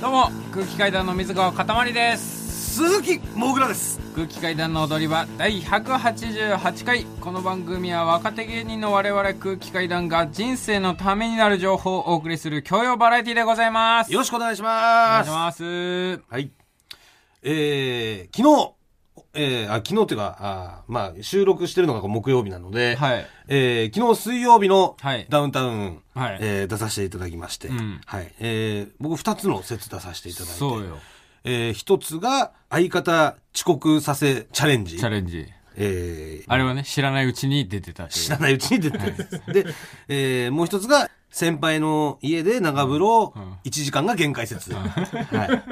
どうも空気階段の水川かたまりです鈴木もぐらです空気階段の踊り場第188回この番組は若手芸人の我々空気階段が人生のためになる情報をお送りする教養バラエティでございますよろしくお願いしお願まいすしますはいえー、昨日えー、あ昨日というかあー、まあ、収録してるのが木曜日なので、はいえー昨日水曜日のはいダウンタウン、はいえー出させていただきまして、んはいえー僕2つの説出させていただいて、そうよえー、1つが相方遅刻させチャレンジチャ、レンジえーあれはね知らないうちに出てたっていう知らないうちに出てで、えーもう一つが先輩の家で長風呂1時間が限界説、は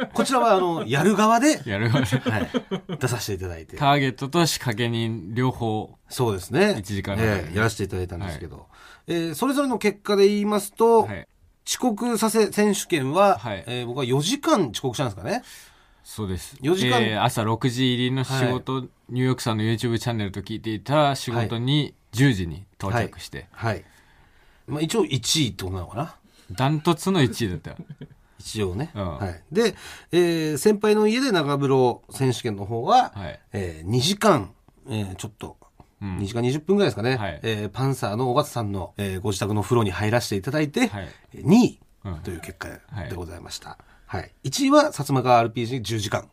い、こちらはあのやる側で、やるよ ねはい、出させていただいてターゲットと仕掛け人両方そうですね1時間のえーやらせていただいたんですけど、えーそれぞれの結果で言いますと、はい遅刻させ選手権は、はいえー僕は4時間遅刻したんですかねそうです4時間えー朝6時入りの仕事、ニューヨークさんの YouTube チャンネルと聞いていた仕事に10時に到着して、はい、まあ、一応1位ってことなのかなダントツの1位だったよ一応ね、うんはい、で、えー先輩の家で長風呂選手権の方は、はいえー2時間、えーちょっと、2時間20分ぐらいですかね、はいえーパンサーの尾形さんの、えーご自宅の風呂に入らせていただいて、はい2位 うんという結果はいでございました。はい1位は薩摩川 RPG10 時間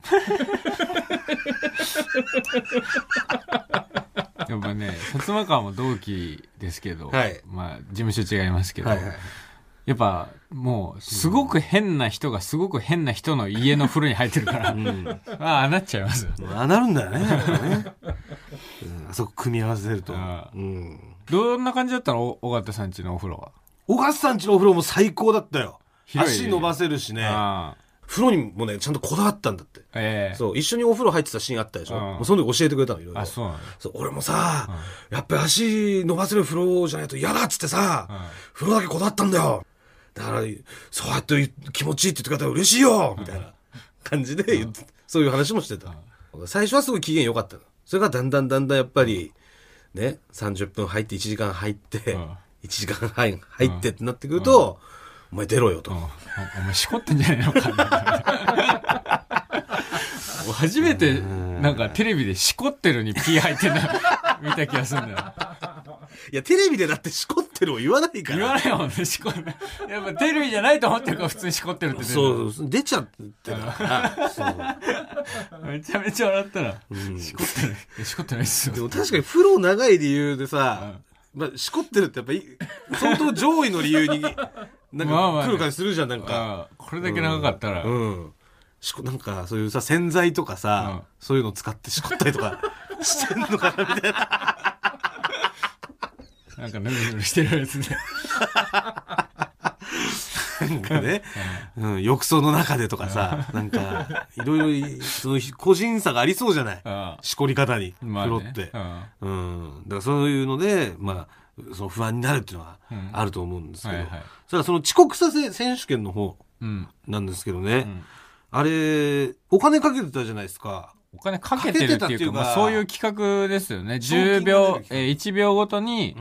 やっぱね薩摩川も同期ですけど、はいまあ事務所違いますけど、はいはいやっぱもうすごく変な人がすごく変な人の家の風呂に入ってる から、ああなっちゃいますよああなるんだよねやっぱね、 うんあそこ組み合わせると、あうん、どんな感じだったの尾形さんちのお風呂は、尾形さんちのお風呂も最高だったよ広い足伸ばせるしねああ風呂にもねちゃんとこだわったんだってええそう、一緒にお風呂入ってたシーンあったでしょ。うんもうその時教えてくれたの、いろいろ。あそうなのそう俺もさ、やっぱり足伸ばせる風呂じゃないと嫌だっつってさ、風呂だけこだわったんだよ。だから、そうやって気持ちいいって言ってくれたら嬉しいよみたいな感じで言って、そういう話もしてた。最初はすごい機嫌良かったの。それがだんだんだんだんやっぱり、ね、30分入って1時間入って、ん1時間半入ってってなってくると、お前出ろよと。うんおお前しこってんじゃねえのかな俺初めてなんかテレビでしこってるにピー入ってんの見た気がするんだよいや、テレビでだってしこってるを言わないから。言わないもんねしこるやっぱテレビじゃないと思ってるから普通にしこってるって出るそう、出ちゃってたから。そうめちゃめちゃ笑ったら、しこってないしこってないっすよでも確かに風呂長い理由でさ、まあ、しこってるってやっぱり、相当上位の理由に、なんかまあまあ来る感じするじゃん、なんか。ああこれだけ長かったら、うん。しこ、なんか、そういうさ、洗剤とかさ、うんそういうの使ってしこったりとか してんのかな、みたいな。なんかぬるぬるしてるやつでなんかね、うん、浴槽の中でとかさ、なんか、いろいろ、その、個人差がありそうじゃないああしこり方に、ま風あね呂って。うんうん、だからそういうので、まあ、その不安になるっていうのはあると思うんですけど、はたいだはいその遅刻させ選手権の方うんなんですけどね、んあれ、お金かけてたじゃないですか。お金かけてるってかけてたっていいううか、かまあ、そういう企画ですよね。賞金10が出てきた秒、えー1秒ごとに、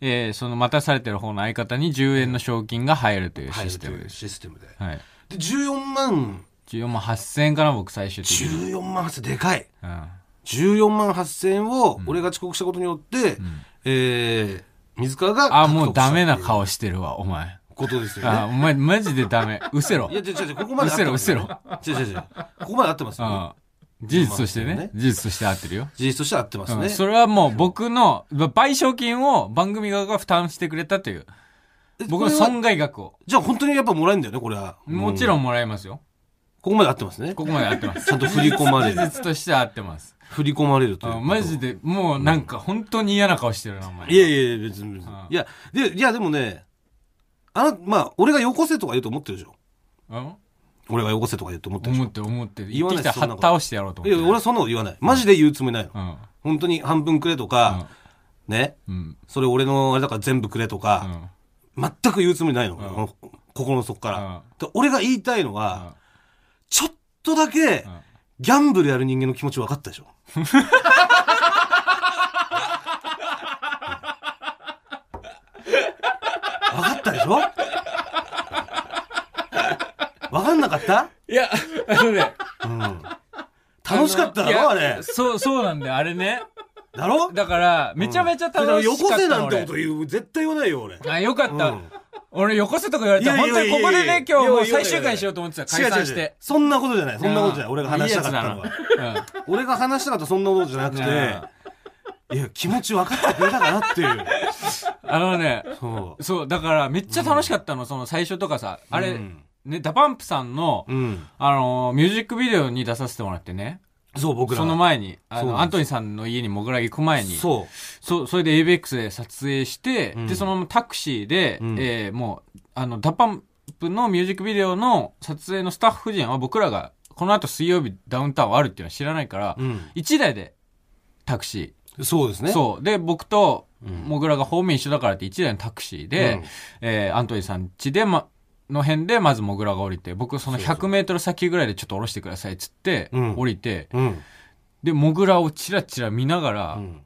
えーその待たされてる方の相方に10円の賞金が入るというシステムです。システムで。はい。で、14万、 14万8000円かな、僕最終的に。 14万8000でかい。うん。 14万8000円を、俺が遅刻したことによって、えー、水川が、あ、もうダメな。顔してるわ、お前。ことですよあ、ね。お前、マジでダ メ。うせろい。や、違う違う、ここまで合ってうっますせよろ違う違う違う。ここまで合ってますよ。うん。事実としてまあねね。事実として合ってるよ。事実としては合ってますうねん、。それはもう僕のま賠償金を番組側が負担してくれたというえ僕このれは損害額をじゃあ本当にやっぱもらえるんだよね、これは。もちん。ろんもらえますよここまで合ってますね。ここまで合ってますちゃんと振り込まれ事 る。実として合って ます振り込まれるというあこと。マジで、もうなんか本当に嫌な顔してるな、お前。いやいやいや、別に別にああ。いや、で、いやでもね、あの、まあ、俺がよこせとか言うと思ってるでしょ。うん俺がよこせとか言うと思ってるでし思っょ。てる思ってる。言言っわてなきらいしたそんはなっこと倒してやろうと思っいや、てる。俺はそんなこと言わない。マジで言うつもりないの。うん。本当に半分くれとか、ね、うん。それ俺のあれだから全部くれとうか、ん。全く言うつもりないの。心の底から。で俺が言いたいのは、ちょっとだけん、ギャンブルやる人間の気持ち分かったでしょ。分かったでしょわかんなかったいや、あの ね。うん。楽しかっただろあのいやれ。そう、そうなんだよ、あれね。だろだから、めちゃめちゃだから楽しかよったのこ。せな俺んてこと言う、絶対言わないよ、俺。あ、よかった。うん俺、よこせとか言われたら、いやい本当やにいこやいやこでね、今日もういやいやいや最終回しようと思ってた。違う解違散うし違うて。。そんなことじゃない。そんなことじゃない。うん俺が話したかったのは。いいやつなの俺が話したかったそんなことじゃなくて、ねいや、気持ち分かってくれたかなっていう。あのね、そそう、だから、めっちゃ楽しかったの、その最初とかさ。あれ、うんね、ダパンプさんの、う。うん。あのーミュージックビデオに出させてもらってね。そう、僕らそは。の前に、あその、うなんですよアントニーさんの家にモグラ行く前に。そそう、それで ABEX で撮影して、うんで、そのままタクシーで、うんえーもう、あの、ダパンプのミュージックビデオの撮影のスタッフ陣は僕らが、この後水曜日ダウンタウンあるっていうのは知らないからう。、うん。一1台でタクシそうですー。ね。そう。で、僕と、うんモグラが方面一緒だからって1台のタクシーで、うんえーアントニーさん家で、ま、の辺でまずモグラが降りて、僕その100メートル先ぐらいでちょっと降ろしてくださいっつって、うん降りて、うん。で、モグラをチラチラ見ながら、うん。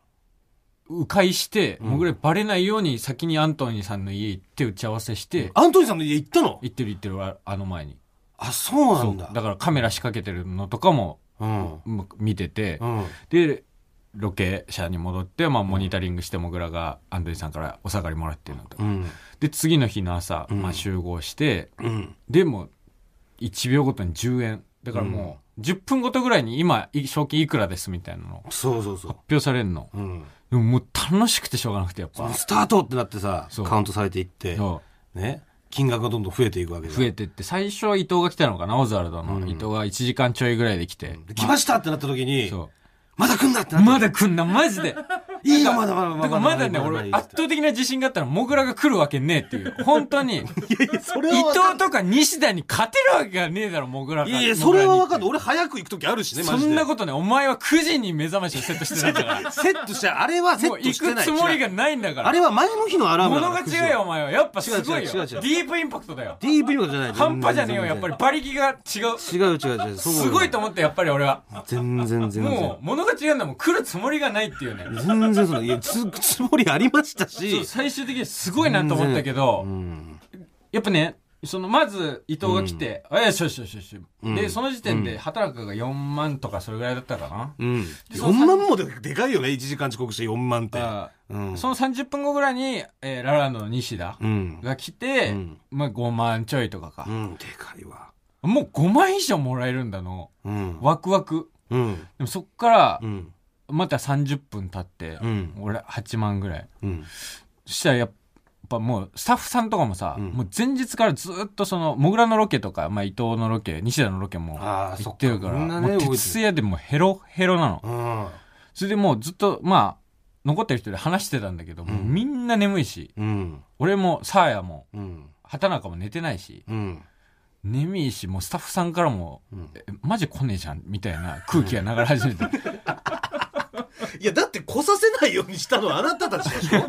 迂回して、うんもうぐらいバレないように先にアントニーさんの家行って打ち合わせして、アントニーさんの家行ったの行ってる行ってるああの前に。あ、そうなんだそう。だからカメラ仕掛けてるのとかもうん。む見てて、うん。で、ロケ車に戻って、まあモニタリングしてもぐらがアントニーさんからお下がりもらってるのとか。うん。で、次の日の朝、うんまあ集合して、うん。でも1秒ごとに10円。だからもう10分ごとぐらいに今、い賞金いくらですみたいなのそうそう発そう。表されるの。うん。でももう楽しくてしょうがなくてやっそのぱ。スタートってなってさそう、カウントされていって、そうね。金額がどんどん増えていくわけじゃん増えてって、最初は伊藤が来たのかな、オズワルドの。うん伊藤が1時間ちょいぐらいで来て。で来ましたってなった時に、そまだ来んなってう。なった。まだ来んな、マジで。だかいいよ、まだ まだまだ。らまだね、ま俺ま、だ圧倒的な自信があったら、モグラが来るわけねえっていう。本当 に。伊いやいや、それは分か藤んとか西田に勝てるわけがねえだろ、モグラが。いやいや、それは分かんない。モグ俺早く行く時あるしラね、にマそジで。んなことね、お前は9時に目覚ましをセットしてたんだから。セットして、あれはセッもうト行してくない。つもりが違うないんだから。あれは前の日のアラームだ物かがら違うよ、お。前は。やっぱすごいよ。違う違う違う違デうィープインパクトだよ。 9時ディープインパクトじゃない。半端じゃねえよ、やっぱり。馬力が違う。違う違う違う。そうすごいと思って、やっぱり俺は。全然全然。もう、物が違うんだもん。来るつもりがないっていうね。全然その、いや、つ、つもりありましたそうし。最終的にすごいなと思ったけどう、ん。やっぱね、その、まず、伊藤が来て、あ、いや、しょしょしょしょ。んで、その時点で、働くが4万とかそれぐらいだったかな。うん。でそ4の万もででかいよね、1時間遅刻して4万って。あうん。その30分後ぐらいに、えーラランドの西田うん。が来てうん、まあ5万ちょいとかかう。ん、でかいわ。もう5万以上もらえるんだの。うん。ワクワク。うん。でもそっからう、ん。また30分経ってうん、俺8万ぐらい。うん。そしたらやっぱもうスタッフさんとかもさ、うんもう前日からずっとその、モグラのロケとか、まあ伊藤のロケ、西田のロケもあー行ってるから、そっかみんなねもう動いてる徹夜でもうヘロヘロなの。うん。それでもうずっと、まあ、残ってる人で話してたんだけど、もうみんな眠いし、うん。俺も、サーヤも、うん。畑中も寝てないし、うん。眠いし、もうスタッフさんからも、んえマジ来ねえじゃん、みたいな空気が流れ始めて、いや、だって来させないようにしたのはあなたたちでしょ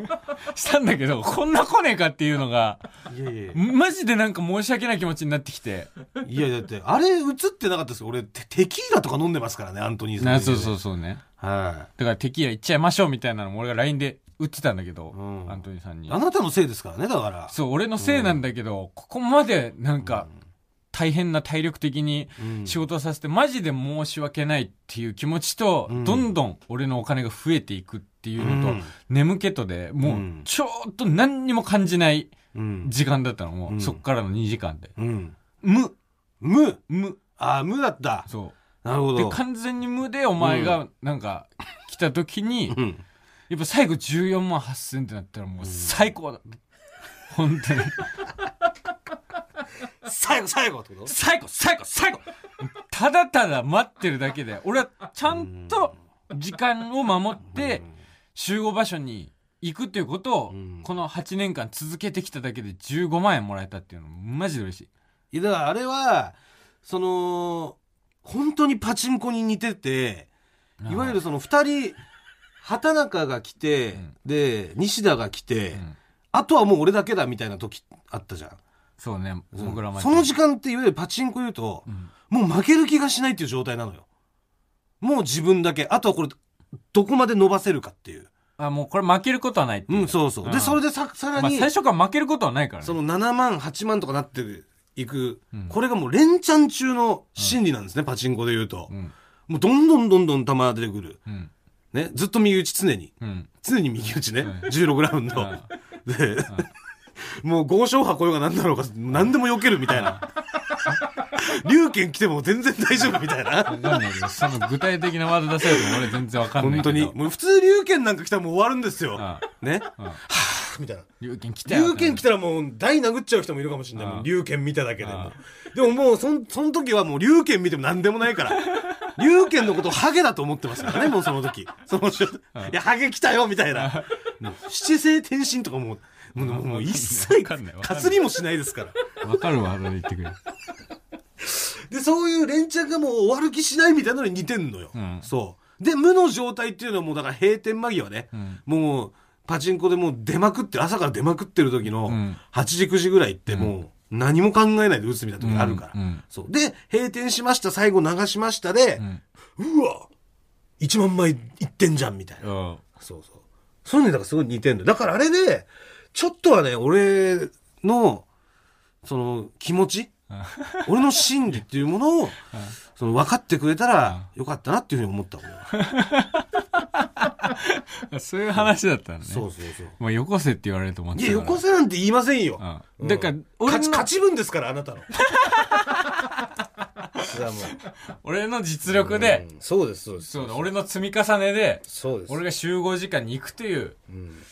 したんだけど、こんな来ねえかっていうのが、いやいやマジでなんか申し訳ない気持ちになってきて、いや、だって、あれ映ってなかったですよ。俺、テテキーラとか飲んでますからね、アントニーさんのな家で。そうそうそうね。はだからテキーラ行っちゃいましょうみたいなのも俺が LINE で打ってたんだけど、うんアントニーさんい。にあ。なたのせいですからね、だから。そう、俺のせいなんだけど、ここまでなんか、大変な体力的にうん仕事をさせて、マジで申し訳ないっていう気持ちと、うんどんどん俺のお金が増えていくっていうのと、うん眠気とで、もううんちょっと何にも感じないうん。時間だったの、もう、うんそっからの2時間で。うん。無、無。無、あー、無だった。そなるほう。で、ど。完全に無でお前がなんか来た時に、うん。やっぱ最後14万8000ってなったらもう最高だ。本当に。最後、最後ってこと最高最高最高ただただ待ってるだけで、俺はちゃんと時間を守って集合場所に行くっていうことをん、この8年間続けてきただけで15万円もらえたっていうの、マジで嬉しい。いや、だからあれは、その、本当にパチンコに似てて、いわゆるその二人、畑中が来て、んで、西田が来て、んあとはもう俺だけだみたいな時あったじゃん。そうね、僕らまでその時間っていわゆるパチンコ言うと、もう負ける気がしないっていう状態なのよ。もう自分だけ。あとはこれ、どこまで伸ばせるかっていう。あ、もうこれ負けることはないっていううん、そうそう。うで、んそれでさ、さらまあに、最初から負けることはないからそね。の7万、8万とかなってる行く、うんこれがもう連チャン中の心理なんですね、パチンコで言うと、うんもうどんどんどんどん球が出てくる、うんね、ずっと右打ち常にうん常に右打ちね、はい16ラウンド、はで、もう豪勝箱ようが何だろうが何でも避けるみたいな龍拳来ても全然大丈夫みたいななんだけどその具体的なワード出せると俺全然わかんない本け当どにもう普通龍拳なんか来たらもう終わるんですよ、あね、ああみたいな。龍拳来たよ龍拳来たらもう台殴っちゃう人もいるかもしれないもああん。龍拳見ただけであもあ。でももうそん、その時はもう龍拳見ても何でもないから龍拳のことをハゲだと思ってますからねもうその時その瞬間いやハゲ来たよみたいなもう七星転身とかもうもうもうもう一切わかんないわかんないかすりもしないですからわかるワードで言ってくれでそういう連チャンがもう終わる気しないみたいなのに似てんのよ、うんそうで無の状態っていうのはもうだから閉店間際ね、うんもうパチンコでもう出まくってる朝から出まくってる時のうん8時9時ぐらいってもう何も考えないで打つみたいな時あるから、うんうんそうで閉店しました最後流しましたで、うわ1万枚いってんじゃんみたいな、うんそうそうそういうのにだからすごい似てんのよだからあれでちょっとはね俺のその気持ち俺の心理っていうものをその分かってくれたらよかったなっていうふうに思った俺はあそういう話だったのねそうそうそうもうよこせって言われると思っていたやからよこせなんて言いませんようんだから俺勝ちの勝ち分ですからあ なたのそれはも俺の実力うでうんそうですそうですそうだ俺の積み重ねでそうです俺が集合時間に行くといううん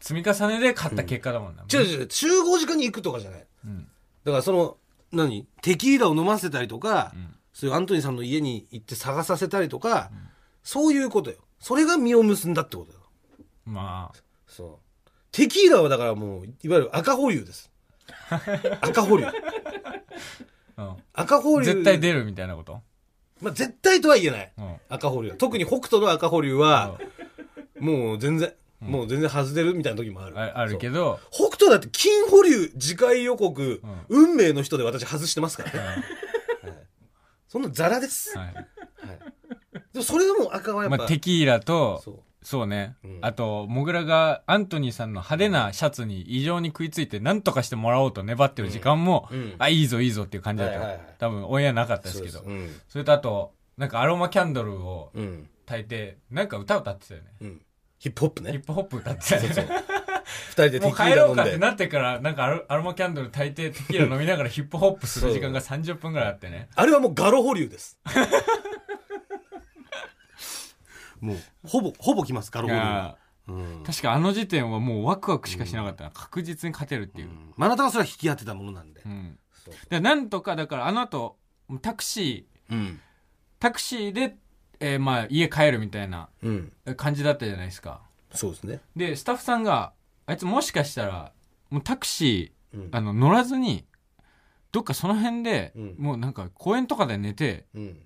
積み重ねで勝った結果だもんな違う違う集合時間に行くとかじゃないうんだからその何テキーラを飲ませたりとか、んそういうアントニーさんの家に行って探させたりとか、そういうことよそれが実を結んだってことよまあそうテキーラはだからもういわゆる赤保留です 赤保留うん赤保留絶対出るみたいなことまあ、絶対とは言えない、うん赤保留は特に北斗の赤保留は、もう全然、もう全然外れるみたいな時もあるああるけどそう北斗だって金保留次回予告、運命の人で私外してますからね、はいそんなザラです、はいでもそれでも赤はやっぱ、まあテキーラとそそうねうんあとモグラがアントニーさんの派手なシャツに異常に食いついて何とかしてもらおうと粘ってる時間もうんあいいぞいいぞっていう感じだっはいはいはたい多分オンエアなかったですそうけでどすうんそれとあとなんかアロマキャンドルをうん焚いてなんか歌歌ってたよねうんヒップホップヒねップホップ歌ってたよね二人で テもキう帰ーラろ飲うんかってでなってから、なんかアロアロマキャンドル炊いてテキーラ飲みながらヒップホップする時間が30分ぐらいあってね。あれはもうガロ保留ですうもうほぼほぼ来ますからい保留はやうんー確かあの時点はもうワクワクしかしなかったな。確実に勝てるっていう。真中はそれは引き当てたものなんで、うん。そうでなんとか、だからあの後、タクシー、うんタクシーで、えーまあ家帰るみたいなうん感じだったじゃないですか。そうですねで、スタッフさんが、あいつもしかしたら、もうタクシうんー、あの、乗らずに、どっかその辺で、うんもうなんか公園とかで寝て、うん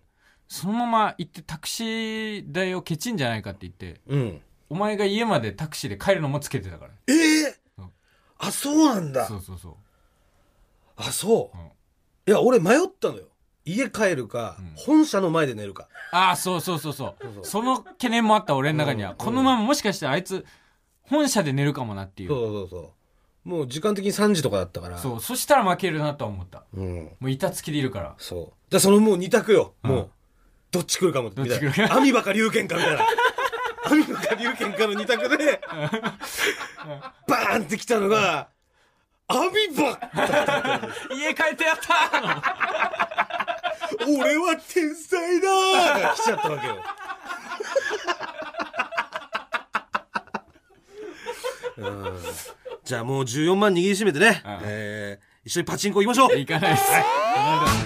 そのまま行ってタクシー代をケチんじゃないかって言って、うんお前が家までタクシーで帰るのもつけてたからねええうんあそうなんだそうそうそ、あそうううん、いや俺迷ったのよ家帰るかうん本社の前で寝るかああそうそうそうそうそうそうその懸念もあった俺の中には、うんこのままもしかしたらあいつ本社で寝るかもなっていうそうそうそうそうもう時間的に3時とかだったからそしたら負けるなとは思ったうんもう板付きでいるからそうじゃあそのもう2択ようんもうどっち来るかもみどったちい来るな網ばか龍拳かみたい な網ばか龍拳かの2択でバーンってきたのが網ば家帰ってやったー俺は天才だが来ちゃったわけようんじゃあもう14万握りしめてね、うんえー一緒にパチンコ行きましょう行かないっす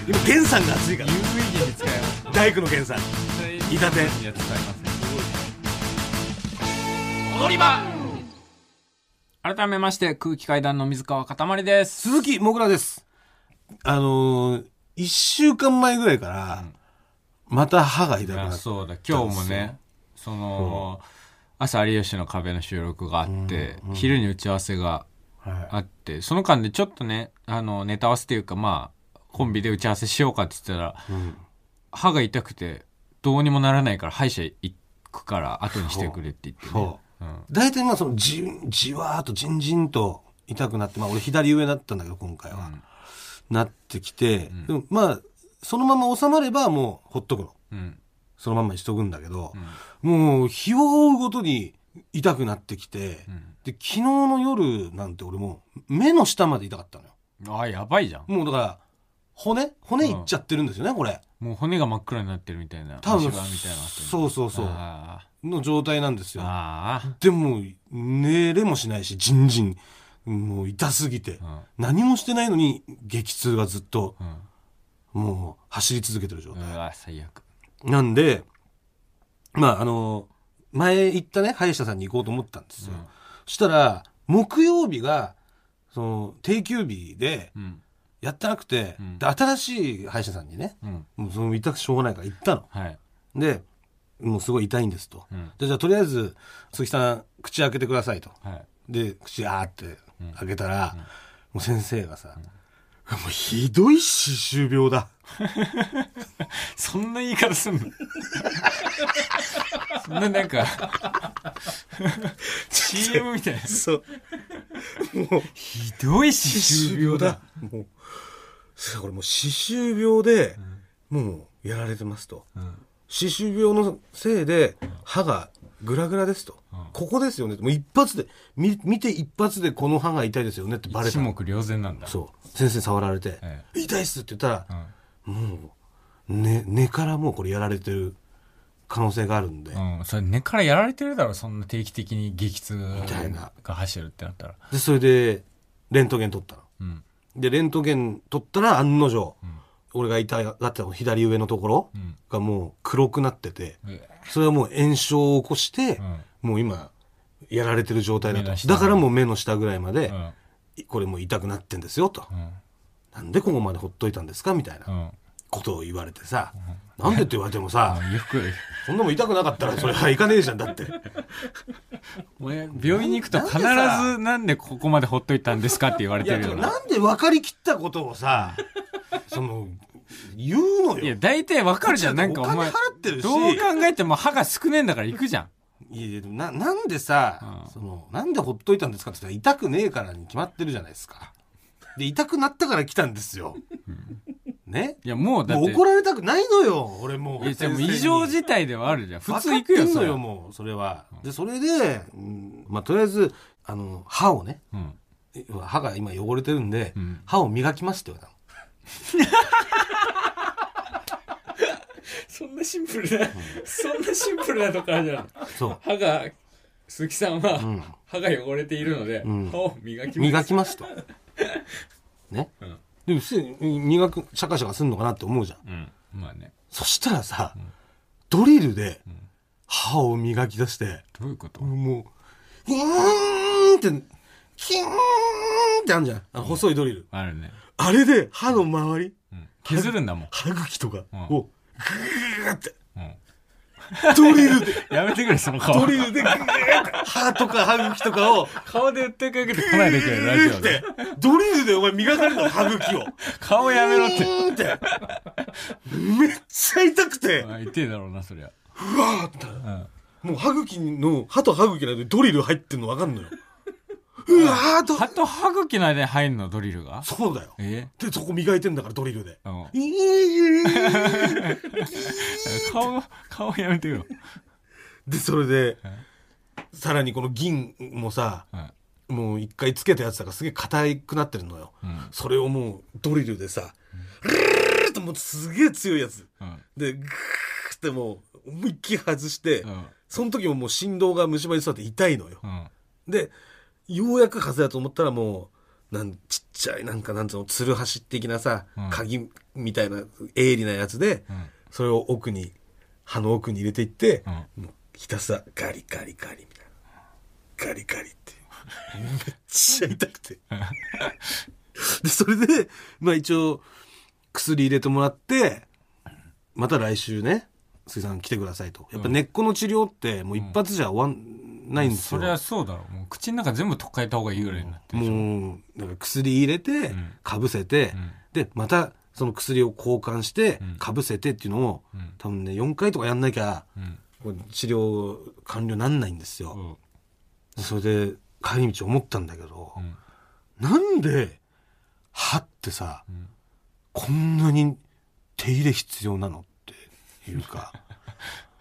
今源さんが熱いから有意義に使えます大工の源さん絶対板手いや使いますね踊り場改めまして空気階段の水川かたまりです鈴木もぐらです。あのー、一週間前ぐらいから、また歯が痛くいなやって。そうだ今日もねその、朝「有吉の壁」の収録があって、昼に打ち合わせがはいあってその間でちょっとねあのネタ合わせというかまあコンビで打ち合わせしようかって言ったら、ん歯が痛くてどうにもならないから歯医者行くから後にしてくれって言って、ね、。そううん大体まあそのじ、じわーっとじんじんと痛くなって、まあ俺左上だったんだけど今回は。なってきて、んでもまあ、そのまま収まればもうほっとくの。うんそのまんまにしとくんだけどう、んもう日を追うごとに痛くなってきて、うんで、昨日の夜なんて俺もう目の下まで痛かったのよ。あやばいじゃんもうだから、骨骨いっちゃってるんですよね、これ。もう骨が真っ黒になってるみたいな多分虫歯みたいなのあってるそうそうそうあの状態なんですーよ。あでも、寝れもしないし、じんじん。もう痛すぎて。ー何もしてないのに、激痛がずっと、うんもう走り続けてる状う態。んうわ最悪なんで、まあ、あの、前行ったね、歯医者さんに行こうと思ったんですよ。そしたら、木曜日が、その、定休日で、うんやってなくて、うんで新しい歯医者さんにね、うんもうその痛くてしょうがないから行ったの。はいで、もうすごい痛いんですと。うんでじゃあ、とりあえず、鈴木さん、口開けてくださいと。はいで口あーって開けたら、もう先生がさ、 もうひどい歯周病だそんな言い方すんの そんななんか CM みたいなそう。もう、ひどい歯歯周周病病だだ。もう、これもう歯周病で、もうやられてますと。うん歯周病のせいで歯がグラグラですと、うんこここですよねもう一発でみ見て一発でこの歯が痛いですよねってバレ一た目瞭然なんだそう先生触られて、え痛いっすって言ったらう、んもう根根からもうこれやられてる可能性があるんで,、うん、それ根からやられてるだろそんな定期的に激痛たいなが走るってなったらでそれでレントゲン取ったのうんでレントゲン取ったら案の定、ん俺が痛がってた左上のところうんがもう黒くなってて、うえそれはもう炎症を起こして、うんもう今、やられてる状態だ目のと。下まだでからもう目の下ぐらいまでう、んこれもう痛くなってんですよと。うんなんでここまでほっといたんですかみたいなうんことを言われてさ、なんでって言われてもさ、あよくそんなもん痛くなかったらそれはいかねえじゃんだって。俺病院に行くと必ずなんでここまでほっといたんですかって言われいてや、るでよもななんで分かりきったことをさ、その、言うのいやよ。大体わかるじゃんこなっんちかおだって前お金払ってるしどう考えても歯が少ねえんだから行くじゃんいやいや、でもな、なんでさ、うんその、なんでほっといたんですかって言ったら痛くねえからに決まってるじゃないですか。で、痛くなったから来たんですよ。ねいやもうだっもうて怒られたくないのよ、俺も。いうやでも先生に異常事態ではあるじゃん普通行く分よかってんそのれよ、はもう、それは。で、それで、うんまあ、とりあえず、あの、歯をね、うん歯が今汚れてるんで、うん歯を磨きますって言われたの。そんなシンプルな、そんなシンプルなとこあるじゃん。そ歯が、鈴木さんは、ん歯が汚れているので、ん歯を 磨きます。う。磨きますと。ね。うんでも、普通に磨く、シャカシャカすんのかなって思うじゃん。うん。まあね。そしたらさ、ドリルでん歯を磨き出して、どういうこともう、ヒーンって、キーンってあるじゃん。あの細いドリル。あるね。あれで歯の周り、うん。削るんだもん。歯茎とかうんをグーって、うん。ドリルで、 やめてくれ、その顔ド。リルでグーって、歯とか歯茎とかを、顔で訴えかけてこないでくれ、ラジオ ってで。、ドリルでお前磨かれたの歯 茎を。顔やめろって。キーンって。めっちゃ痛くて、あ、痛いだろうな、そりゃ。うわーって。うん。もう歯茎の、歯と歯茎の間にドリル入ってんの分かんのよ。うわーと。歯と歯茎の間に入るの、ドリルがそうだよ。えで、そこ磨いてんだからドリルで。 うん。いい顔、顔やめてよ。 で、それで、さらにこの銀もさ、うん。もう一回つけたやつだからすげえ硬くなってるのよ。うん。それをもうドリルでさ、ルルルルってもうすげえ強いやつ。うん。で、グーってもう思いっきり外してう、ん。その時ももう振動が虫歯に伝わって痛いのよう。ん。で、ようやく外れだと思ったらもう、なんちっちゃい、なんかなんつうの、つるはし的なさ、うん鍵みたいな、鋭利なやつで、うん。それを奥に、歯の奥に入れていってう、ん。もうひたすらガリガリガリみたいな。ガリガリって。めっちゃ痛く て。で、それで、まあ一応、薬入れてもらって、また来週ね、杉さん来てくださいと。やっぱ根っこの治療ってもう一発じゃ終わんないんですそよ。りゃそうだろうもう口の中全部取っかえた方がいいぐらいになってるでしょもう、なんか薬入れてん、かぶせて、んで、またその薬を交換して、かぶせてっていうのを、うん多分ね、4回とかやんなきゃ、うんこれ治療完了なんないんですよ。うんそれで、帰り道思ったんだけど、うんなんで、歯ってさ、んこんなに手入れ必要なのっていう か、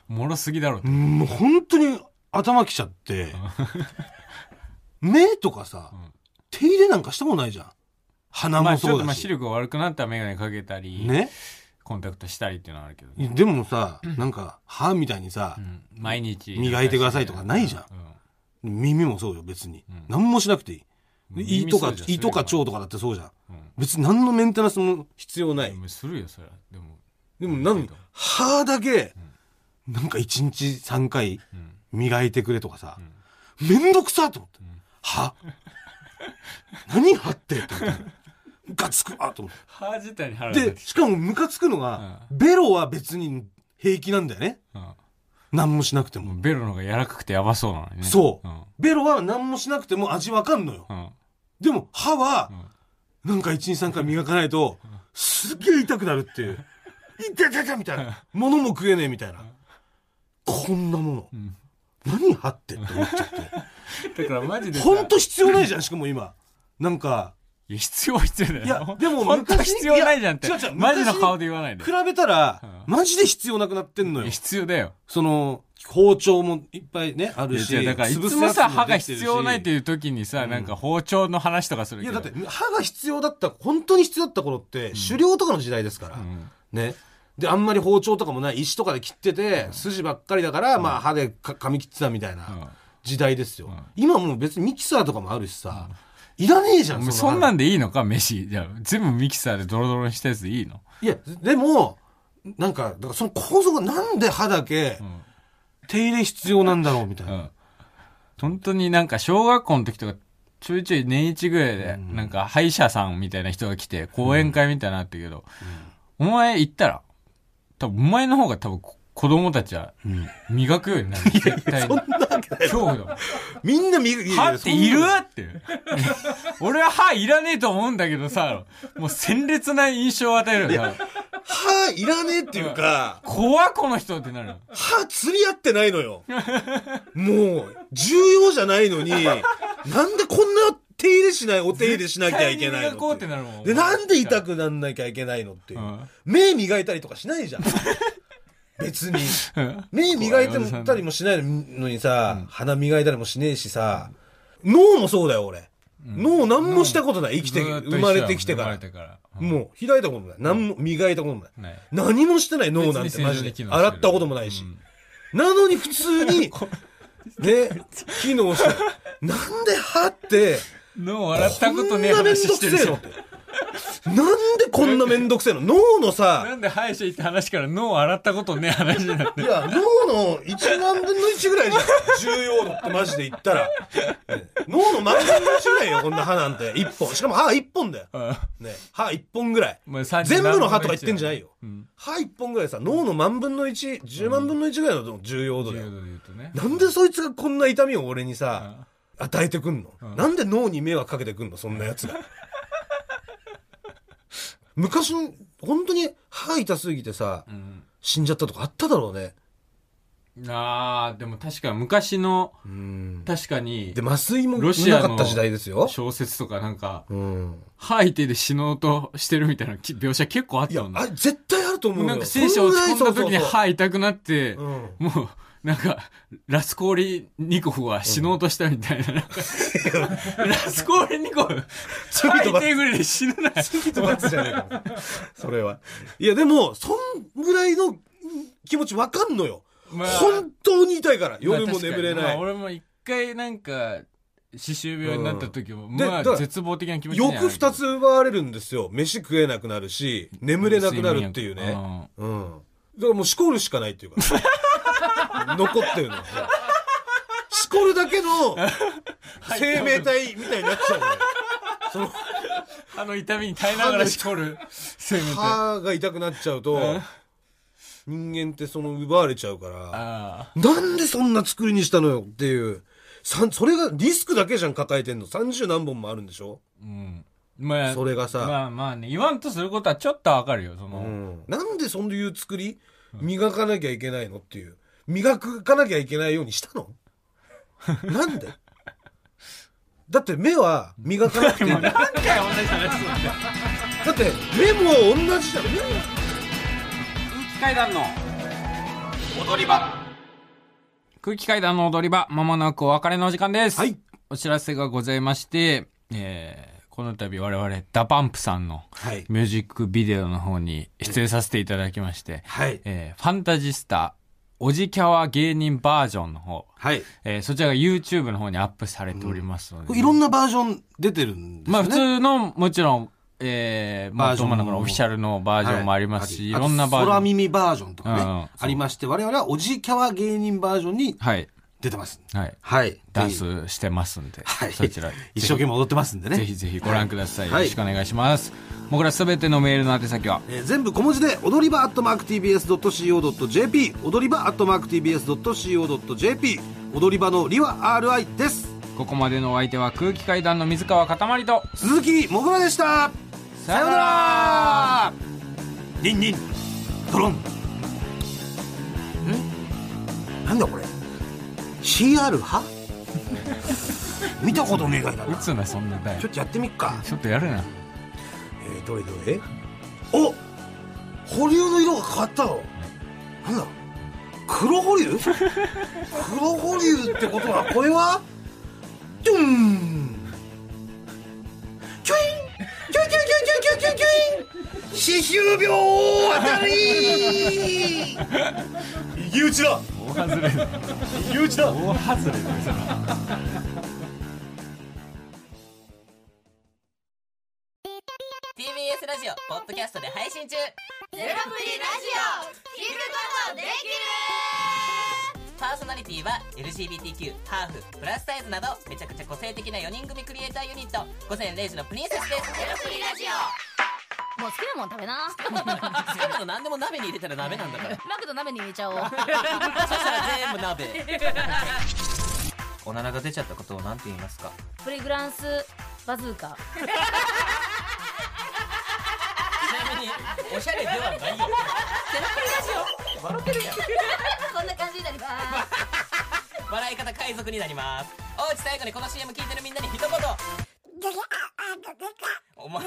もろすぎだろって。もう本当に頭きちゃって、目とかさ、ん手入れなんかしたことないじゃん。鼻まもあちょそっとうまだあし視。力が悪くなったら眼鏡かけたり、ねコンタクトしたりっていうのはあるけど、ねでもさ、なんか、歯みたいにさう、ん、毎日磨いてくださいとかないじゃん耳もそうよ、別に。ん何もしなくていい。うん胃とか耳掃除はする、よ胃とか腸とかだってそうじゃん。うん別に何のメンテナンスも必要ない。うんするよそれはでもでもなのに、歯だけ、なんか1日3回うん磨いてくれとかさ、んめんどくさと思って。 歯何歯ってって思って。ムカつくわと思っ歯自体に腹て。で、しかもムカつくのが、ベロは別に平気なんだよね。何もしなくてもも。うベロの方が柔らかくてやばそうなのにねそううんベロは何もしなくても味わかんのよ。うんでも歯は、なんか1、2、3回磨かないと、すげえ痛くなるっていう。痛い痛い痛いみたいな。物も食えねえみたいな。こんなもの。ん何歯ってって思っちゃっだからマジでて。さほんと必要ないじゃん、しかも今。なんか、いや必要は必要だよいやでも本当は昔に必要ないじゃんっていや違う違うマジの顔で言わないで比べたら、うマジで必要なくなってんのいよや。必要だよその、包丁もいっぱいね、あいるやし。違うだからいつ潰すもやつさも歯ができてる必し要ないっていう時にさ、なんか包丁の話とかするけいやどだって歯が必要だった本当に必要だった頃って、狩猟とかの時代ですから、んねであんまり包丁とかもない石とかで切ってて、筋ばっかりだから、まあ、歯でか噛み切ってたみたいうんな時代ですよ、今もう別にミキサーとかもあるしさ、いらねえじゃんもう歯そんなんでいいのか飯じゃあ全部ミキサーでドロドロにしたやつでいいのいやでもなんかだからその構造がなんで歯だけん手入れ必要なんだろうみたいな、うん本当になんか小学校の時とかちょいちょい年一ぐらいでなんか歯医者さんみたいな人が来て講演会みたいなのあったけど、お前行ったら多分お前の方が多分こ子供たちは磨くようになる、絶対に恐怖だもんみんなみ歯っているそんなっていう俺は歯いらねえと思うんだけどさもう鮮烈な印象を与えるよ多分歯いらねえっていうか、怖この人ってなる歯釣り合ってないのよ。もう、重要じゃないのに、なんでこんな手入れしない、お手入れしなきゃいけないの絶対に磨こうってなるもんで、なんで痛くなんなきゃいけないのっていう。うん目磨いたりとかしない じゃん。別に。目磨いてもたりもしないのにさ、鼻磨いたりもしねえしさ、脳もそうだよ、俺。脳何もしたことない、生きて、ずーっと一緒生まれてきてか生まれら。てからもう、開いたこともない。何も、磨いたこともない。ない何もしてない脳なん別てにマ正常ジでに機能してる洗ったこともないし、なのに普通 にね機能してなんで歯って脳洗ったこことんねえなめんどく話してるせえじゃのっんてなんでこんなめんどくせえの脳のなさんで歯医者行った話から脳洗ったことねえ話になっい てや脳の1万分の1ぐらいじゃん重要度ってマジで言ったら、ね脳の万分の1ぐらいよこんな歯なんて1本しかも歯1本だよ、ね、歯1本ぐらいもう30全部の歯とか言ってんじゃないよ、うん歯1本ぐらいさ脳の万分の110万分の1ぐらいの重要度とだいようことで言うとねなんでそいつがこんな痛みを俺にさ、与えてくんの、なんで脳に迷惑かけてくんのそんなやつが。 昔の、本当に歯痛すぎてさ、うん死んじゃったとかあっただろうね。あーでも確か昔のうん。で、確かに麻酔もロなシアかのった時代ですよ。小説とかなんかうん。歯いてで死のうとしてるみたいなき描写結構あっいたやもん、なあ絶対あると思うよ。なんか精子落ち込んだ時にそんぐらい歯痛くなってそうそうそううん。もうなんかラスコーリニコフは死のうとしたみたいな,、なんかラスコーリニコフ罪と罰歯痛いぐらいで死ぬない罪と罰じゃねえかもそれは。いや、でも、そんぐらいのうん気持ちわかんのよ。まあ本当に痛いから。夜も眠れまなあ確かにまあい。俺も一回なんか、歯周病になった時も、でまあだから絶望的な気持ちにはな欲るけど二つ奪われるんですよ。飯食えなくなるし、眠れなくなるっていう睡眠ね。薬うん。だからもうしこるしかないっていうか。 残ってるのよ。しこるだけ の生命体みたいになっちゃうのよ。そのうんあの痛みに耐えながら しこる生命体。あ歯が痛くなっちゃうと、人間ってその奪われちゃうから、あ。なんでそんな作りにしたのよっていう。さんそれがリスクだけじゃん抱えてんの。30何本もあるんでしょうん。まあ、それがさまあまあね、言わんとすることはちょっとわかるよ、その。なんでそういう作り磨かなきゃいけないのっていう。磨かなきゃいけないようにしたのなんでだって目は磨かなくていいんだよ。何回同じ話すんだよだってメモは同じじゃんメモ気階段の踊り場空気階段の踊り場、まもなくお別れのお時間です。はい。お知らせがございまして、えー、この度我々、ダパンプさんのはいミュージックビデオの方に出演させていただきまして、はいえー、ファンタジスタ、おじキャワ芸人バージョンの方、はい。えー、そちらが YouTube の方にアップされておりますので、これいろんなバージョン出てるんですまよあね。普通の、もちろん、えー、まバあ、ージどョン真もん中のオフィシャルのバージョンもありますし、いろんなバージ空ョン。耳バージョンとかね、うんうんありまして、我々はおじいキャワ芸人バージョンにはい。出てます。はい。はい。ダンスしてますんで、はいそちら、 一生懸命踊ってますんでね。ぜひぜひご覧ください。はいよろしくお願いします。僕らすべてのメールの宛先は、えー全部小文字で踊り場アットマーク TBS.CO.JP 踊り場アットマーク TBS.CO.JP 踊り場のりは RI ですここまでのお相手は空気階段の水川かたまりと、鈴木もぐらでしたさようならニンニンドロンえなんだこれ CR 派 見たことねえがいな打つな、そんな台ちょ。っとやってみっかちょっとやるな。えー、どれどれお保留の色が変わったのなんだ黒保留黒保留ってことはこれはドゥーンチュインチュインチュインチュインチュインチュインチュイン歯周病あたり右打ちだ大外れだ。右打ちだ大外れだよそれ。 TBS ラジオポッドキャストで配信中ゼロプリラジオ聞くことできるパーソナリティは LGBTQ ハーフプラスサイズなどめちゃくちゃ個性的な4人組クリエイターユニット午前0時のプリンセスですゼロプリラジオもう好きなもん食べな 好きなの何でも鍋に入れたら鍋なんだ からマクド鍋に入れちゃおうそしたら全部鍋おならが出ちゃったことを何て言いますか プリグランスバズーカちなみにおしゃれではないよゼロプリラジオ笑ってるやん こんな感じになります笑い方海賊になりますおうち最後にこの CM 聞いてるみんなに一言お前